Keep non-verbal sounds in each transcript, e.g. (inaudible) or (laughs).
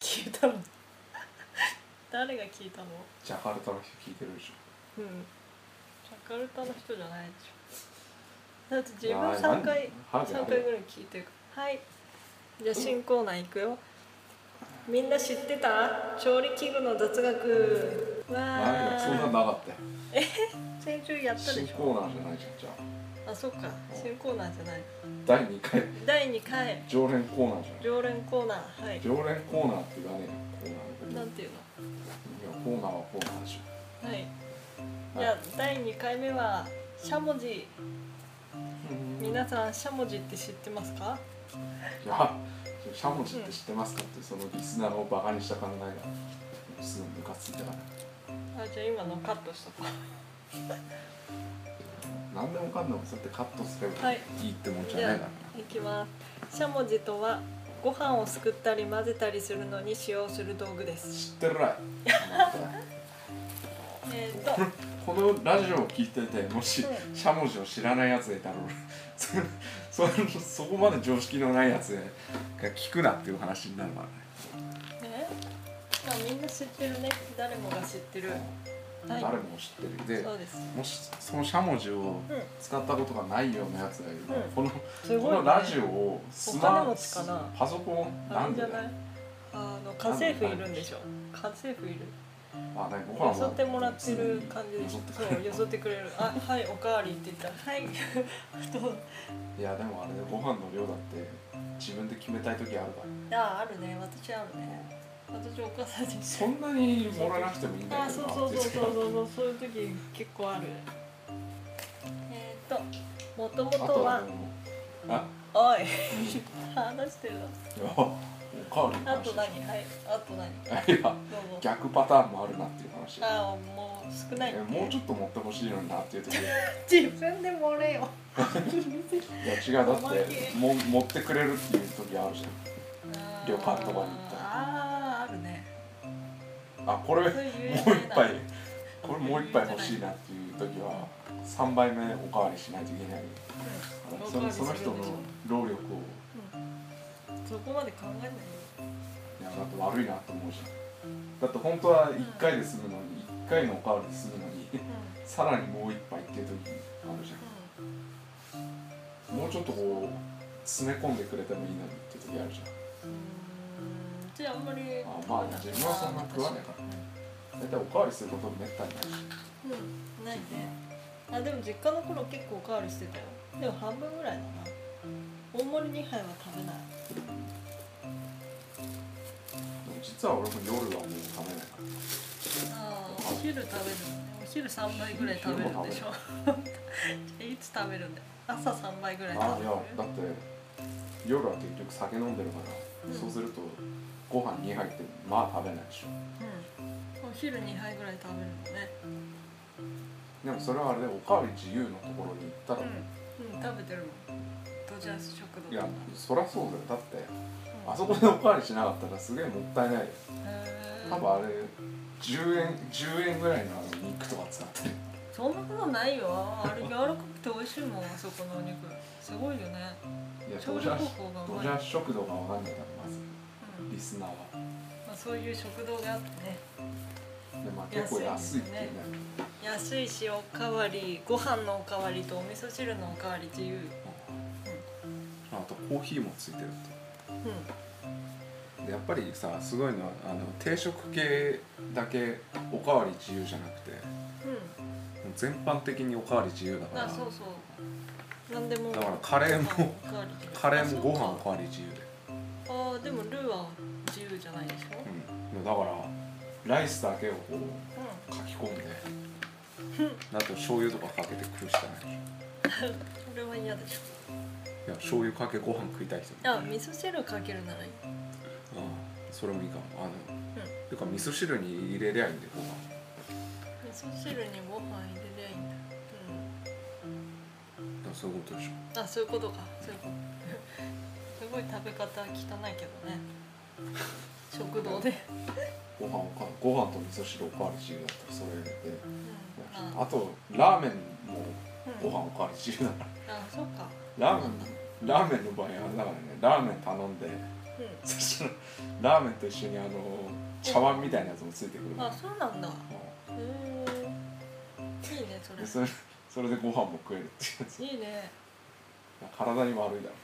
聞いたの誰が聞いたのジャカルタの人聞いてるでしうょんジャカルタの人じゃないでしょだって自あ分ー3回なん3回ぐらい聞いてるからはいじゃあ新コーナー行くよみんな知ってた調理器具の雑学なんわかそんなのあなかったよ先週やったで新しコょーナーじゃないじゃんじゃああそっか新コーナーじゃない第2回第2回常連コーナーじゃん常連コーナーはい常連コーナーって言わねえよコーナーなのんこていうといやコーナーはコーナーでしのはいじゃあ第2回目はしゃもじょ皆さんしゃもじって知ってますかいやしゃもじって知ってますかってそのリスナーをバカにした考えがすぐムカついたからあじゃあ今のカットしとこ何でもかんでもそうやってカットすればはいいいってもんうじじゃなゃいかあいきますしゃもじとはご飯をすくったり混ぜたりするのに使用する道具でらす知って (laughs) るらいえっ、ー、と (laughs) このラジオを聞いててもしうしゃもじを知らないやつがいたら俺そ (laughs) そそこまで常識のないやつが聞くなっていう話になるからねねまあみんな知ってるね誰もが知ってるはい誰も知ってるでそうですもしそのしゃもじをうん使ったことがないようなやつがいるから、うんこのすごこい、ね、のラジオをスマお金持ちかなパソコンあなれんじゃでだなよいあの家政婦いるんでしょ家政婦いるあね僕らよもそってもらってる感じでよしそょってくれそうよそってくれるあはいおかわりって言ったらはい (laughs) どういやでもあれご飯の量だって自分で決めたい時あるからああるね私あるね私お母さんにそんなにもらえなくてもいいんだあけどそうなそうそうそうそううそうそういう時結構あるえっ、ー、ともともあととははでもあおいうんい話してるのやおかわりのあ話とでしょ何はいあと何いやどうぞ逆パターンもあるなっていう話あーもう少ないえもうちょっと持ってほしいのになっていう時いや自分で盛 (laughs) れよ違うだっおまけ (laughs) ても持ってくれるっていう時あるじ旅館とかに行ったらあーあーあるねゃんあこれもそうういう一杯これもう一杯欲しいなっていう時は3杯目おかわりしないといけないうんそのその人おのかわりするんでしょ労力をそこまで考えないよいやだって悪いなと思うじゃんだって本当は1回で済むのに1回のおかわりで済むのにさらにもう一杯っていう時あるじうゃんもうちょっとこう詰め込んでくれてもいいのにっていう時あるじゃんうんうーんじゃああんまりんあまあ自分はそんな食わないから大体おかわりすることもめったにないしうんないねあでも実家の頃結構おかわりしてたよでも半分ぐらいだな大盛り2杯は食べないでも実は俺も夜はもう食べないからあーお昼食べるのねお昼3杯ぐらい食べるんでしょじゃあいつ食べるんだよ朝3杯ぐらいあ食いべやるだって夜は結局酒飲んでるから、うんそうするとご飯2杯ってまあ食べないでしょうんお昼2杯ぐらい食べるのねでもそれはあれでおかわり自由のところに行ったら、うん、うん、食べてるもんドジャース食堂いやとかそりゃそうだよだってうんあそこでおかわりしなかったらすげえもったいないよへー多分あれ10円10円ぐらいのあの肉とか使ってるそんなことないよあれ柔らかくて美味しいもんあそこのお肉すごいよねいや調ド理ジャ方ー法がうドまい、うんジャまー食堂がわかんないからまずリスナーはあ、そういう食堂があってねでまあ結構安いっていうね安いしおかわりご飯のおかわりとお味噌汁のおかわり自由あとコーヒーもついてるってうんでやっぱりさすごいのはあの定食系だけおかわり自由じゃなくてう全般的におかわり自由だかんらあそうそうなんでもだからカレーもおかわり自由カレーもご飯あおかわり自由で、そうかあーでもルーは自由じゃないでしょうん、だからライスだけをこううん書き込んであと醤油とかかけて食うしかないこいれは嫌でしょや醤油かけご飯食いたい人あ味噌汁かけるならいいああそれもいいかもあの、ていうか味噌汁に入れりゃいいんでご飯味噌汁にご飯入れりゃいいんだうんだからそういうことでしょあそういうことかそういうことすごい食べ方汚いけどね食堂で、ご飯おかご飯と味噌汁おかわり自由だったらそれでうん、ああとラーメンもうごん、飯おかわり自由だかあそうからラーメンラーメンの場合はだからねラーメン頼んでうんそしたらラーメンと一緒にあの茶碗みたいなやつもついてくるのあそうなんだへうえいいねそんれでそれそれでご飯も食えるっていうやついいね体にも悪いだろ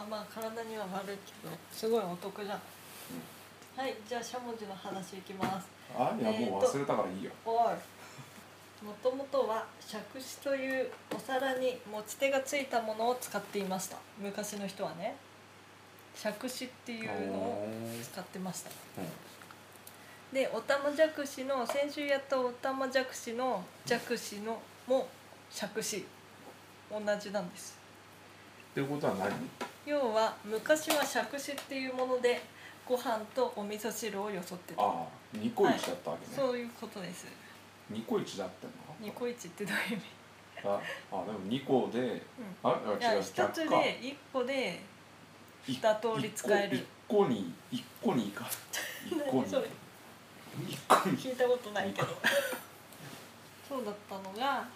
あまあ体には悪いけどすごいお得じゃん、はいじゃあしゃもじの話いきますあいやもう忘れたからいいよ、おいもともとは杓子というお皿に持ち手がついたものを使っていました昔の人はね杓子っていうのを使ってましたでおたまじゃくしの先週やったおたまじゃくしのじゃくしのも杓子同じなんですということは何要は昔は杓子っていうものでご飯とお味噌汁をよそってたああニコイチだったわけね、そういうことですニコイチだったニコイチってどういう意味のああでもニコでうんあいあ違やう一つ逆かで一個で一二通り使える一個に一個にか一個に (laughs) 何それ一個に聞いたことないけどそうだったのが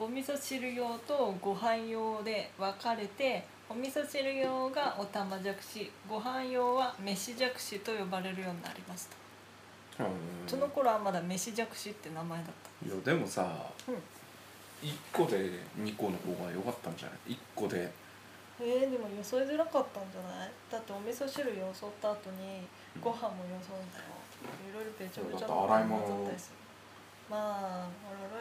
お味噌汁用とご飯用で分かれてお味噌汁用がおたまじゃくしご飯用は飯じゃくしと呼ばれるようになりましたその頃はまだ飯じゃくしって名前だっいやでもさた、うん、一個で二個の方が良かったんじゃない一個でえー、でもよそいづらかったんじゃないだってお味噌汁よそった後にご飯もよそんだよいろいろべちゃべちゃだって洗い物混ざったりするまあ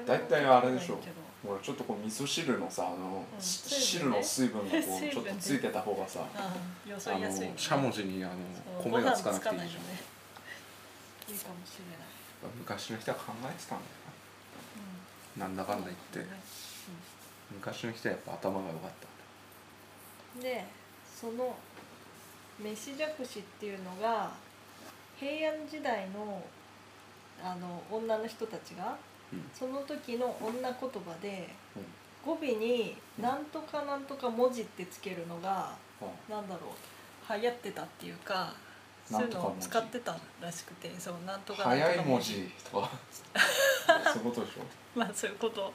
大体あれでしょ洗い物ほらちょっとこう味噌汁のさあの、うんし水汁分ねの水分が (laughs) こ水分うねちょっとついてた方がさああよあそいやすいのしゃもじにあのそう米がつかなくていいご飯じゃんよねいいかもしれない、昔の人は考えてたんだようななんだかんだ言ってう昔の人はやっぱ頭が良かっんでその飯じゃくしっていうのが平安時代のあの女の人たちがうんその時の女言葉でうん語尾に「なんとかなんとか文字」ってつけるのがた、うんなんだろう流行ってたっていうかそういうのを使ってたらしくてそうなんとかなんとか早い文字と (laughs) かそういうことでしょまあそういうこと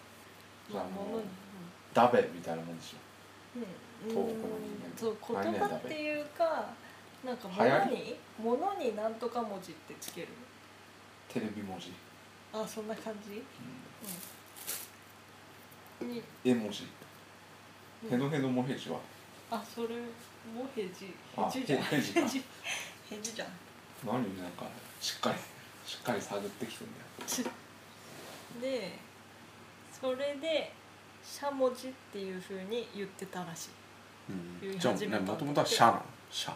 じゃあまあもうものにダベみたいなもんでしょうん東北のそう人言間葉っていうかなんか流行物に物になんとか文字ってつけるテレビ文字、あそんな感じ、うん、に、絵文字うんヘノヘノモヘジはあそれもへじあへじじゃんへじかへじへじじゃん (laughs) 何なんかしっかりしっかり探ってきてんだよでそれでしゃもじっていう風に言ってたらしいうん、言いじゃあ始めたねんだもってともとは「シャ」なの「シャ」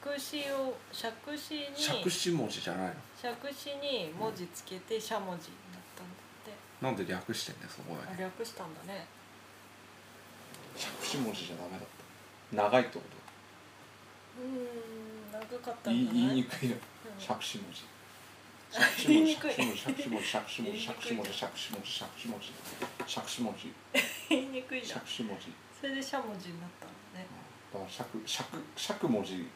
杓子を杓子「に杓子文字」じゃないの杓子に文字つけてしゃもじになったんだってなんで略してんだよそこはあね略したんだね着手文字じゃダメだった長いってこうーん長かっとた言んいじゃ言いないにいくいなうん着手文字言いにくい着手文字着手文言い字に着く手い文字着手文字着手文字着手文字言いにくいじゃん着手文字それでしゃもじになったんだねだから尺尺尺文字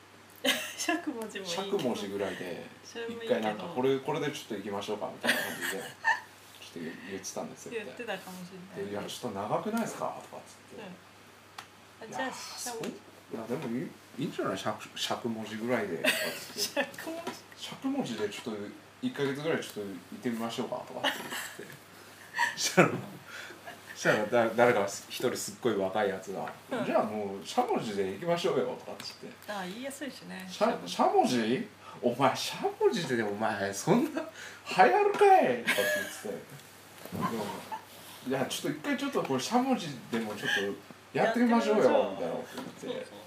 しゃく文字もいいけど尺文字ぐらいでそれもいい一けど回なんかこれこれでちょっと行きましょうかみたいな感じでちょっと言ってたんですよ言ってたかもしれなでいいやちょっと長くないですか?」とかっつっうて。んあいじゃやあしゃもじいやでもいいいいんじゃない尺尺文字ぐらいでとかっつってしゃく文字尺文字でちょっと1か月ぐらいちょっと行ってみましょうかとかって言 (laughs) ってしたらしたらだ誰か一人すっごい若いやつが「うんじゃあもうしゃもじで行きましょうよ」とかっつってあ言いやすいしね「ししゃゃもじしゃもじお前しゃもじでお前そんな流行るかい」とかって言っててでも「いやちょっと一回ちょっとこれしゃもじでもちょっとやってみましょうよ」みたいなことそう言ってそ。う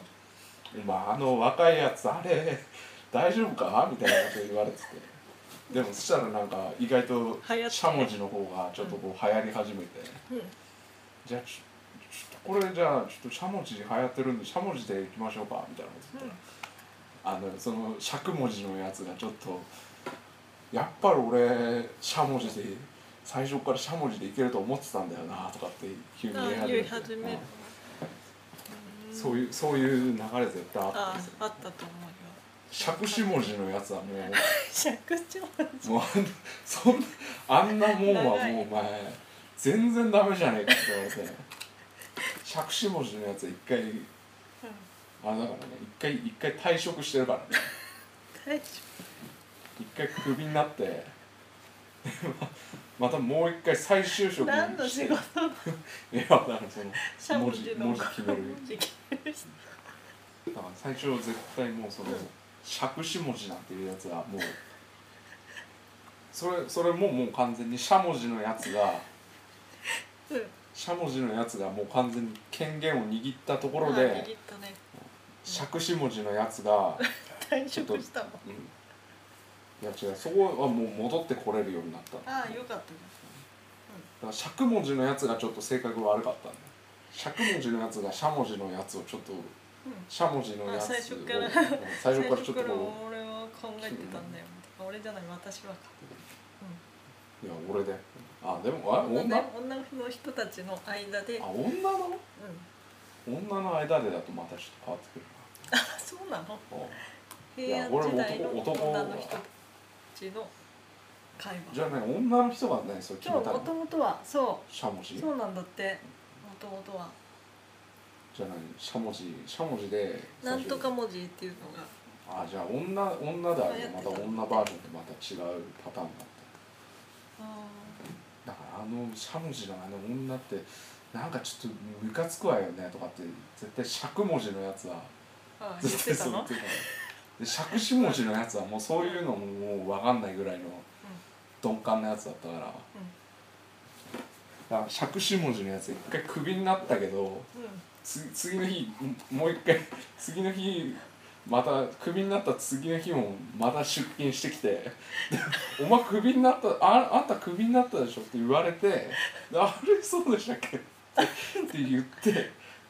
まああの若いやつあれ大丈夫かみたいなこと言われててでもそしたらなんか意外と流行ってしゃもじの方がちょっとこう流行り始めて、うんじゃあちょちょっとこれじゃあちょっとしゃもじ流行ってるんでしゃもじでいきましょうかみたいなこと言って、あのその尺文字のやつがちょっとやっぱり俺しゃもじで最初からしゃもじでいけると思ってたんだよなとかって急にあ言言いい始始めめてるうんそういうそういう流れ絶対あったんあですよあったと思うよ杓子文字のやつはもしゃくちょ文字う (laughs) もうそんなあんなもんはも長いうお前全然ダメじゃねえかって言われて杓子文字のやつは一回あだからね一回一回退職してるからね大丈一回クビになって (laughs) でままたもう一回再就職夫何のし仕て事のいやだからそしゃのも文字じの文字決める文字決める人だから最初絶対もうそのうん杓子文字なんていうやつはもうそれそれももう完全にしゃもじのやつがうんしゃもじのやつがもう完全に権限を握ったところまあ握でったね杓子文字のやつが、退職したもんうん、いや違うそこはもう戻ってこれるようになったのああよかったねだから尺文字のやつがちょっと性格悪かったんだ尺文字のやつがしゃもじのやつをちょっとうんしゃもじのやつあを最初からうん最初からちょっと最初からこ俺は考えてたんだよ俺じゃない私はかういや俺であでもあ女女あ女の人たちの間でうん女の女の間でだとまたちょっと変わってくるあそうなのな平安時代の女の人たちの会うんじ話ゃあね女の人がねそれ決そめうたものともとはそしゃもうじそうなんだってもともとはじゃないしゃもじしゃもじで最な初んとか文字っていうのがあじゃあ女女であ流行ればまたってた女バージョンでまた違うパターンだったあだからあのしゃもじのあの女ってなんかちょっとムカつくわよねとかって絶対尺文字のやつはーあー言っ絶対てた (laughs) そう言のってたので尺子文字のやつはもうそういうのももう分かんないぐらいの鈍感なやつだったからだから尺子文字のやつ一回クビになったけどうんうんつ次の日もう一回 (laughs) 次の日またクビになった次の日もまた出勤してきて (laughs) で「お前クビになったああんたクビになったでしょ」って言われて「であれそうでしたっけ?」ってって言って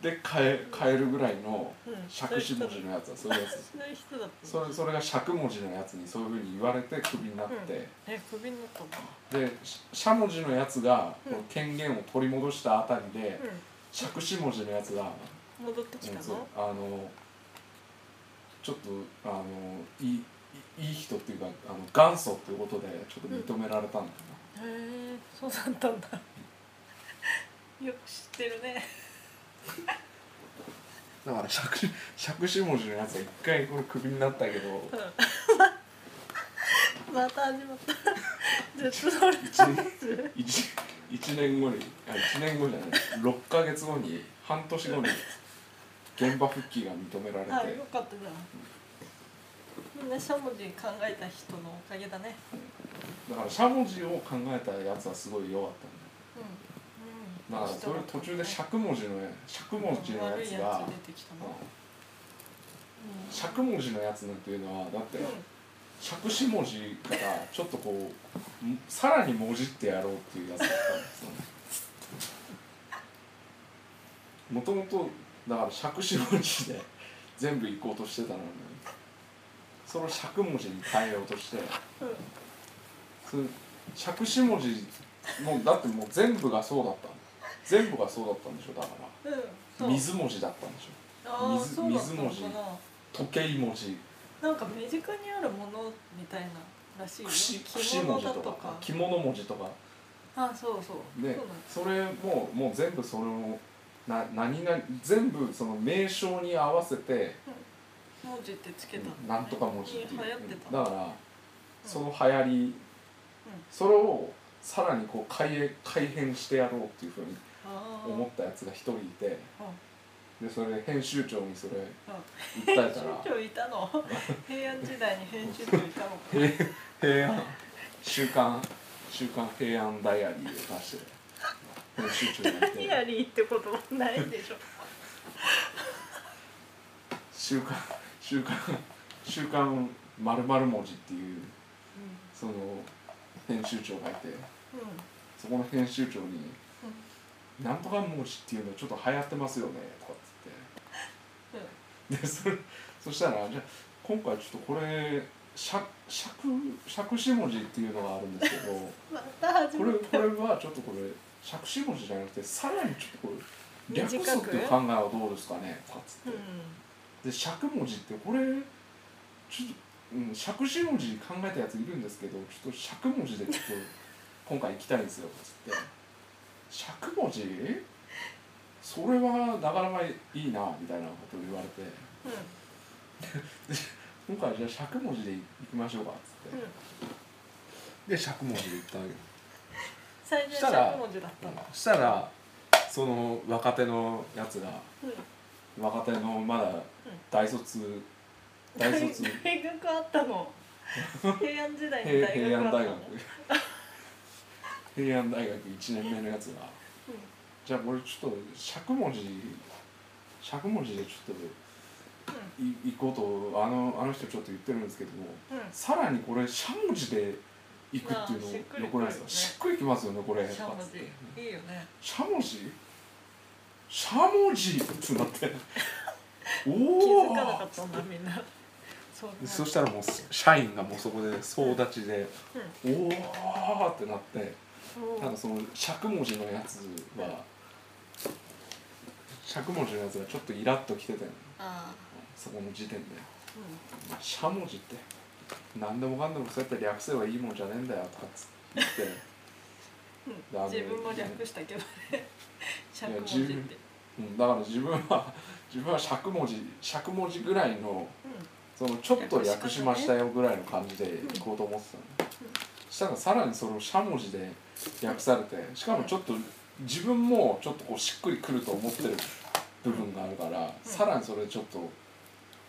で変え変えるぐらいのうん尺子文字のやつはそういうやつその人だったのそれそれが尺文字のやつにそういうふうに言われてクビになって、えクビになったんだでししゃもじのやつがうんこの権限を取り戻したあたりで、う尺子文字のやつがん戻ってきたうんそうのあのちょっとあのいいいいい人っていうかあの元祖っていうことでちょっと認められたんだよへえそうだったんだよく知ってるねな、だから尺子尺子文字のやつは一回これクビになったけ (laughs) どまた始まったじゃあちょっと俺一年一一年後にあ一年後じゃない六ヶ月後に半年後に現場復帰が認められて、あよかったじゃんみんなしゃもじ考えた人のおかげだねだからしゃもじを考えたやつはすごい弱かったんだようんだからそれ途中で尺文字のや尺文字のや悪ついがやつ出てきたのうん尺文字のやつなんていうのはだってうん尺子文字からちょっとこうんさらに文字ってやろうっていうやつだったんですよねもともとだから尺子文字で全部行こうとしてたのにそれを尺文字に変えようとしてうんその尺子文字もうだってもう全部がそうだったの全部がそうだったんでしょだかうんそらう水文字だったんでしょあー水そうだったの水か文な時計文字なんか身近にあるものみたいならしいよ串串文字とか着物文字とかあそうそうでそうなんそれももう全部それをな何々全部その名称に合わせて文字ってつけたのねなんとか文字っていう流行ってただのからその流行り、それをさらにこう改え改変してやろうっていうふうにあー思ったやつが一人いてあでそれ編集長にそれあ訴編え集たら長いたの (laughs) 平安時代に編集長いたのか平平安週刊週刊平安ダイアリーを出して編集長になっ何やてりってことはないでしょ週刊週刊週刊まる文字っていううその編集長がいてん、うんそこの編集長に「なんとか文字っていうのちょっと流行ってますよね」とかっつってでそれそしたら「じゃあ今回ちょっとこれ尺尺尺子文字っていうのがあるんですけどまた始こまれっこれはちょっとこれ尺子文字じゃなくてさらにちょっとこれ略すっていう考えはどうですかね」とかっつってうん、で尺文字ってこれちょっと、うん、尺子文字考えたやついるんですけどちょっと尺文字でちょっと (laughs) 今回行きたいんですよつって尺文字それはなかなかいいなみたいなことを言われてう今回はじゃあ尺文字でいきましょうかっつって、んうんで尺文字で言ったわけよ最し初たら100文字だったんだそしたらその若手のやつがうん若手のまだ大卒、大卒大学あったの (laughs) 平安時代の平大平学あ安った大の学平安大学1年目のやつがじゃあ俺ちょっと尺文字尺文字でちょっとい行こうとあのあの人ちょっと言ってるんですけどもうんうんさらにこれしゃもじで行くっていうまのあしっくりよくないですくるよかねしっくりきますよねこれしゃもじいいよねしゃもじしゃもじってなって (laughs) 気おおづかなかったんだみんなそうなんだでそしたらもう社員がもうそこで総立ちでおおってなってうんなんかその尺文字のやつは尺文字のやつがちょっとイラッときてたよねあそこの時点でーう「しゃもじ」って何でもかんでもそうやって略せばいいもんじゃねえんだよとかっつってんうんであの自分も略したけどね100文字自っ分てうん、だから自分は自分は尺文字尺文字ぐらいのそのちょっと略しましたよぐらいの感じでいこうと思ってたの、ねしたらさらにそのしゃもじで略されてしかもちょっと自分もちょっとこうしっくりくると思ってる部分があるから、さらにそれちょっと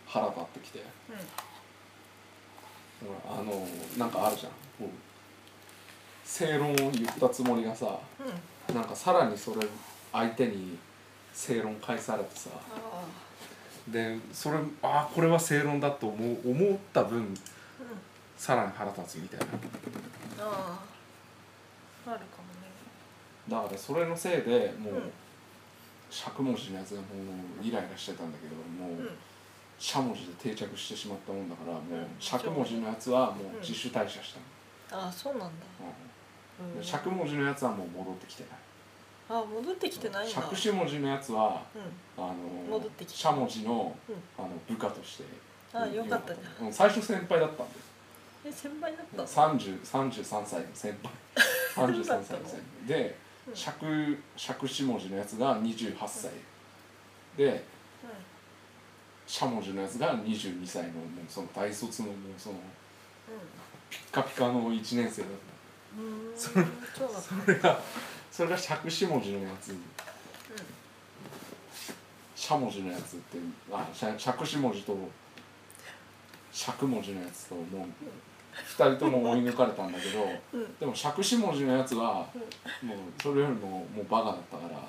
腹立ってきて、うんほらあのなんかあるじゃんこう正論を言ったつもりがさうんうんなんかさらにそれ相手に正論返されてさあでそれああこれは正論だと思う思った分ーうんさらに腹立つみたいなあああるかもねだからそれのせいでもう、うん尺文字のやつがもうイライラしてたんだけどもうう、んしゃもじで定着してしまったもんだからもう、うん尺文字のやつはもうんう自主退社したああそうなんだ、の、ううんん、で尺文字のやつはもう戻ってきてないあ戻ってきてないんだ尺子文字のやつはうあの戻ってきたしゃもじの,、うんあの部下としてんあよかったねうん最初先輩だったんでえ先輩だったの30 33歳の先輩そ33うだった歳のの先輩でうん尺尺子文字のやつが28歳、でしゃもじのやつが22歳のもうその大卒のもうそのピッカピカの1年生だったうんうんうーんそうだったそれがそれが尺子文字のやつしゃもじのやつってあしゃ尺子文字と尺文字のやつともう2人とも追い抜かれたんだけどうんうんでも尺子文字のやつはもうそれよりももうバカだったからう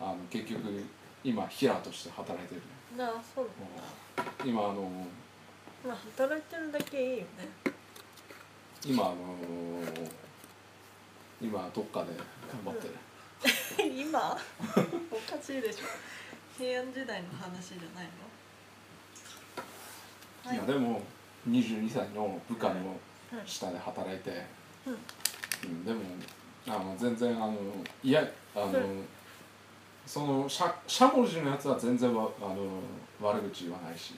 あの結局今ヒラとして働いてるんなあそうもう今あのまあ働いてるだけいいよね (laughs) 今あの今どっかで頑張ってる、今 (laughs) おかしいでしょ平安時代の話じゃないのはいいやでも22歳の部下のうん下で働いて、うんうんでもあの全然あのいやあの、うんそのしゃしゃもじのやつは全然わあの悪口言わないし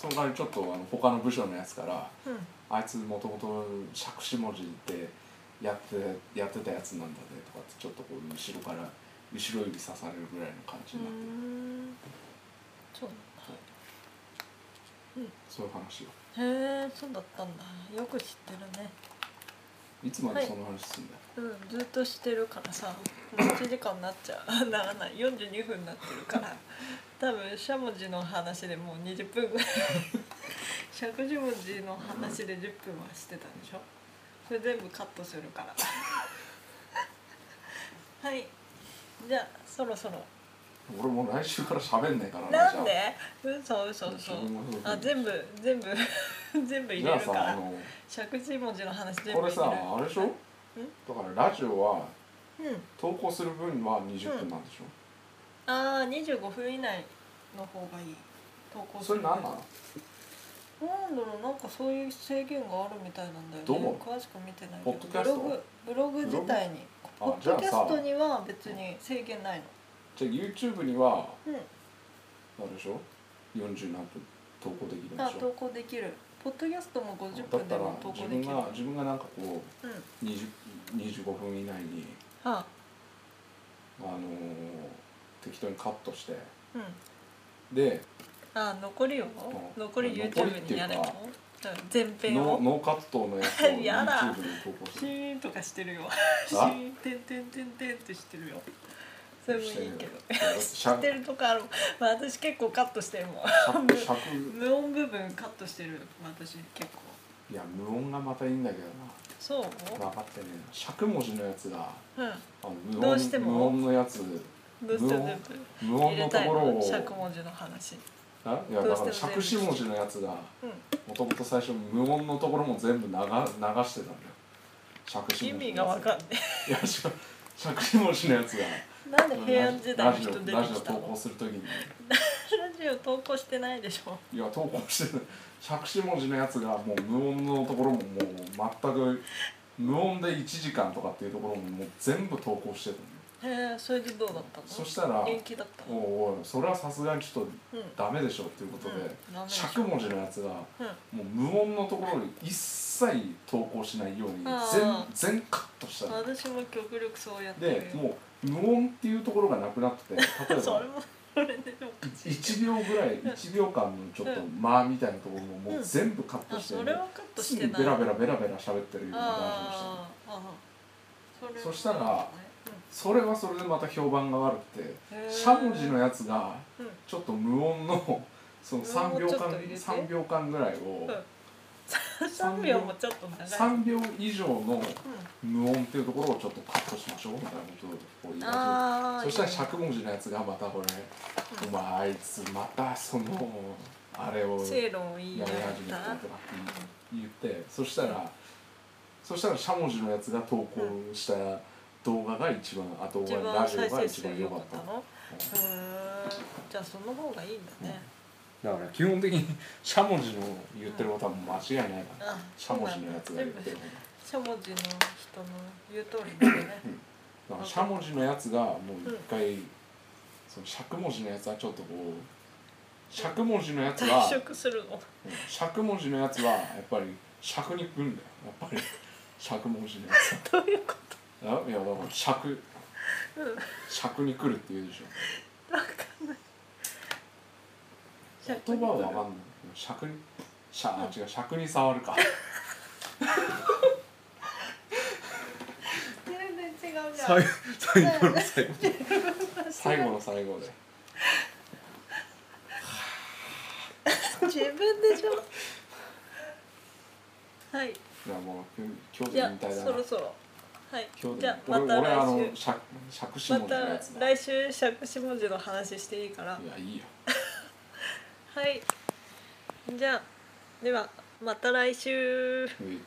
その代わりちょっとあの他の部署のやつからうんうんあいつもともと杓子文字でやってやってたやつなんだねとかってちょっとこう後ろから後ろ指さされるぐらいの感じになってる、そうそういう話をへえそうだったんだよく知ってるねいつまでその話すんだうんよ、ずっとしてるからさもう1時間になっちゃうならない42分になってるから多分しゃもじの話でもう20分ぐらいしゃくじもじの話で10分はしてたでしょそれ全部カットするからはいじゃあそろそろ俺もう来週から喋んないからなんじゃで嘘嘘嘘自分もそうあ全部全部 (laughs) 全部あ入じゃれあるかさあらのしゃくじ文字の話全部入れるこれさあれでしょだからラジオはうん投稿する分は20分なんでしょ、ああ25分以内の方がいい投稿それ何のなのなんだろうなんかそういう制限があるみたいなんだよねどう詳しく見てないポッドキャストブログブログ自体にブポログあッドキャじゃあスさトには別に制限ないのじゃあ YouTube にはうんあれでしょ40何分投稿できるんでしあ投ょ稿できるポッドキャストも50だっ分でたらも投自稿で分きるが自分がなんかこううん20 25分以内に、ああのー適当にカットしてうんであ残りをうん残り残りっていうか YouTube にやるのうん全編ノをノーカットのやつを (laughs) YouTube やだに投稿しシてーンとかしてるよシあーンてんてんてんてんってしてるよそれもいいけど (laughs) し知ゃってるとこある、まあ、私結構カットしてるもん尺尺無音部分カットしてる私結構いや無音がまたいいんだけどそうな分かってねえな尺文字のやつがうあの無どう音しても無音のやつんどうして無全音部無入れ音のとたいころのを尺文字の話あいやどうだしてかも全ら部尺子文字のやつがうもともと最初無音のところも全部流流してたんだよ尺子ん文字意の味がわかんねいやしか尺子文字のやつがえなんで平安時代の人出てラジオきた投稿のするときにラジオ投稿してないでしょいや投稿してる尺子文字のやつがもう無音のところももう全く無音で1時間とかっていうところももう全部投稿してたのよへえそれでどうだったのそしたら元気だったおのいおいそれはさすがにちょっとうんダメでしょっていうことで、うんダメでしょ尺文字のやつがもうんう無音のところに一切投稿しないようにあー全全カットしたの私も極力そうやってるよでもう無音っていうところがなくなってて例 (laughs) えそばれもそれでおかしい1秒ぐらい1秒間のちょっと間みたいなところももう全部カットあして、それはカットして常にないベラベラベラベラ喋ってるようなバージョンしたのあーあーれはそしたらうんそれはそれでまた評判が悪くてへーしゃもじのやつがうんちょっと無音のその3無音秒をちょっ間と入れて3秒間ぐらいをうん3秒もちょっと長い、うん、 3秒以上の無音っていうところをちょっとカットしましょうみたいなことをこう言い始めてあーそしたら尺文字のやつがまたこれ、お前あいつまたそのあれを正論を言いややりがっ始めたたとかって言ってそしたらそしたらしゃもじのやつが投稿した動画が一番あと一はラ番ジ再オが生一番数良良かかっったたののうーんじゃあその方がいいんだね、だから基本的にしゃもじの言ってることはもう間違いないからあしゃもじのやつが言ってるこしゃもじの人の言う通りだよねとだからしゃもじのやつがもう一回その尺文字のやつはちょっとこう尺文字のやつは (laughs) 退職するのうん尺文字のやつはやっぱり尺に来るんだよやっぱり尺文字のやつはどういうこあいやだから尺とうん尺に来るって言うでしょわかんない言葉はわかんない尺にしゃあ違う尺に触るか全然違うじゃん最最後の最後最後の最後で自分でしょはいいやもう今日じで引ゃあ退だなそろそろはい今日じでゃあま俺た俺あの来尺尺子週ま文字のやつただい来週尺子文字の話していいからやいいよはいじゃあではまた来週うい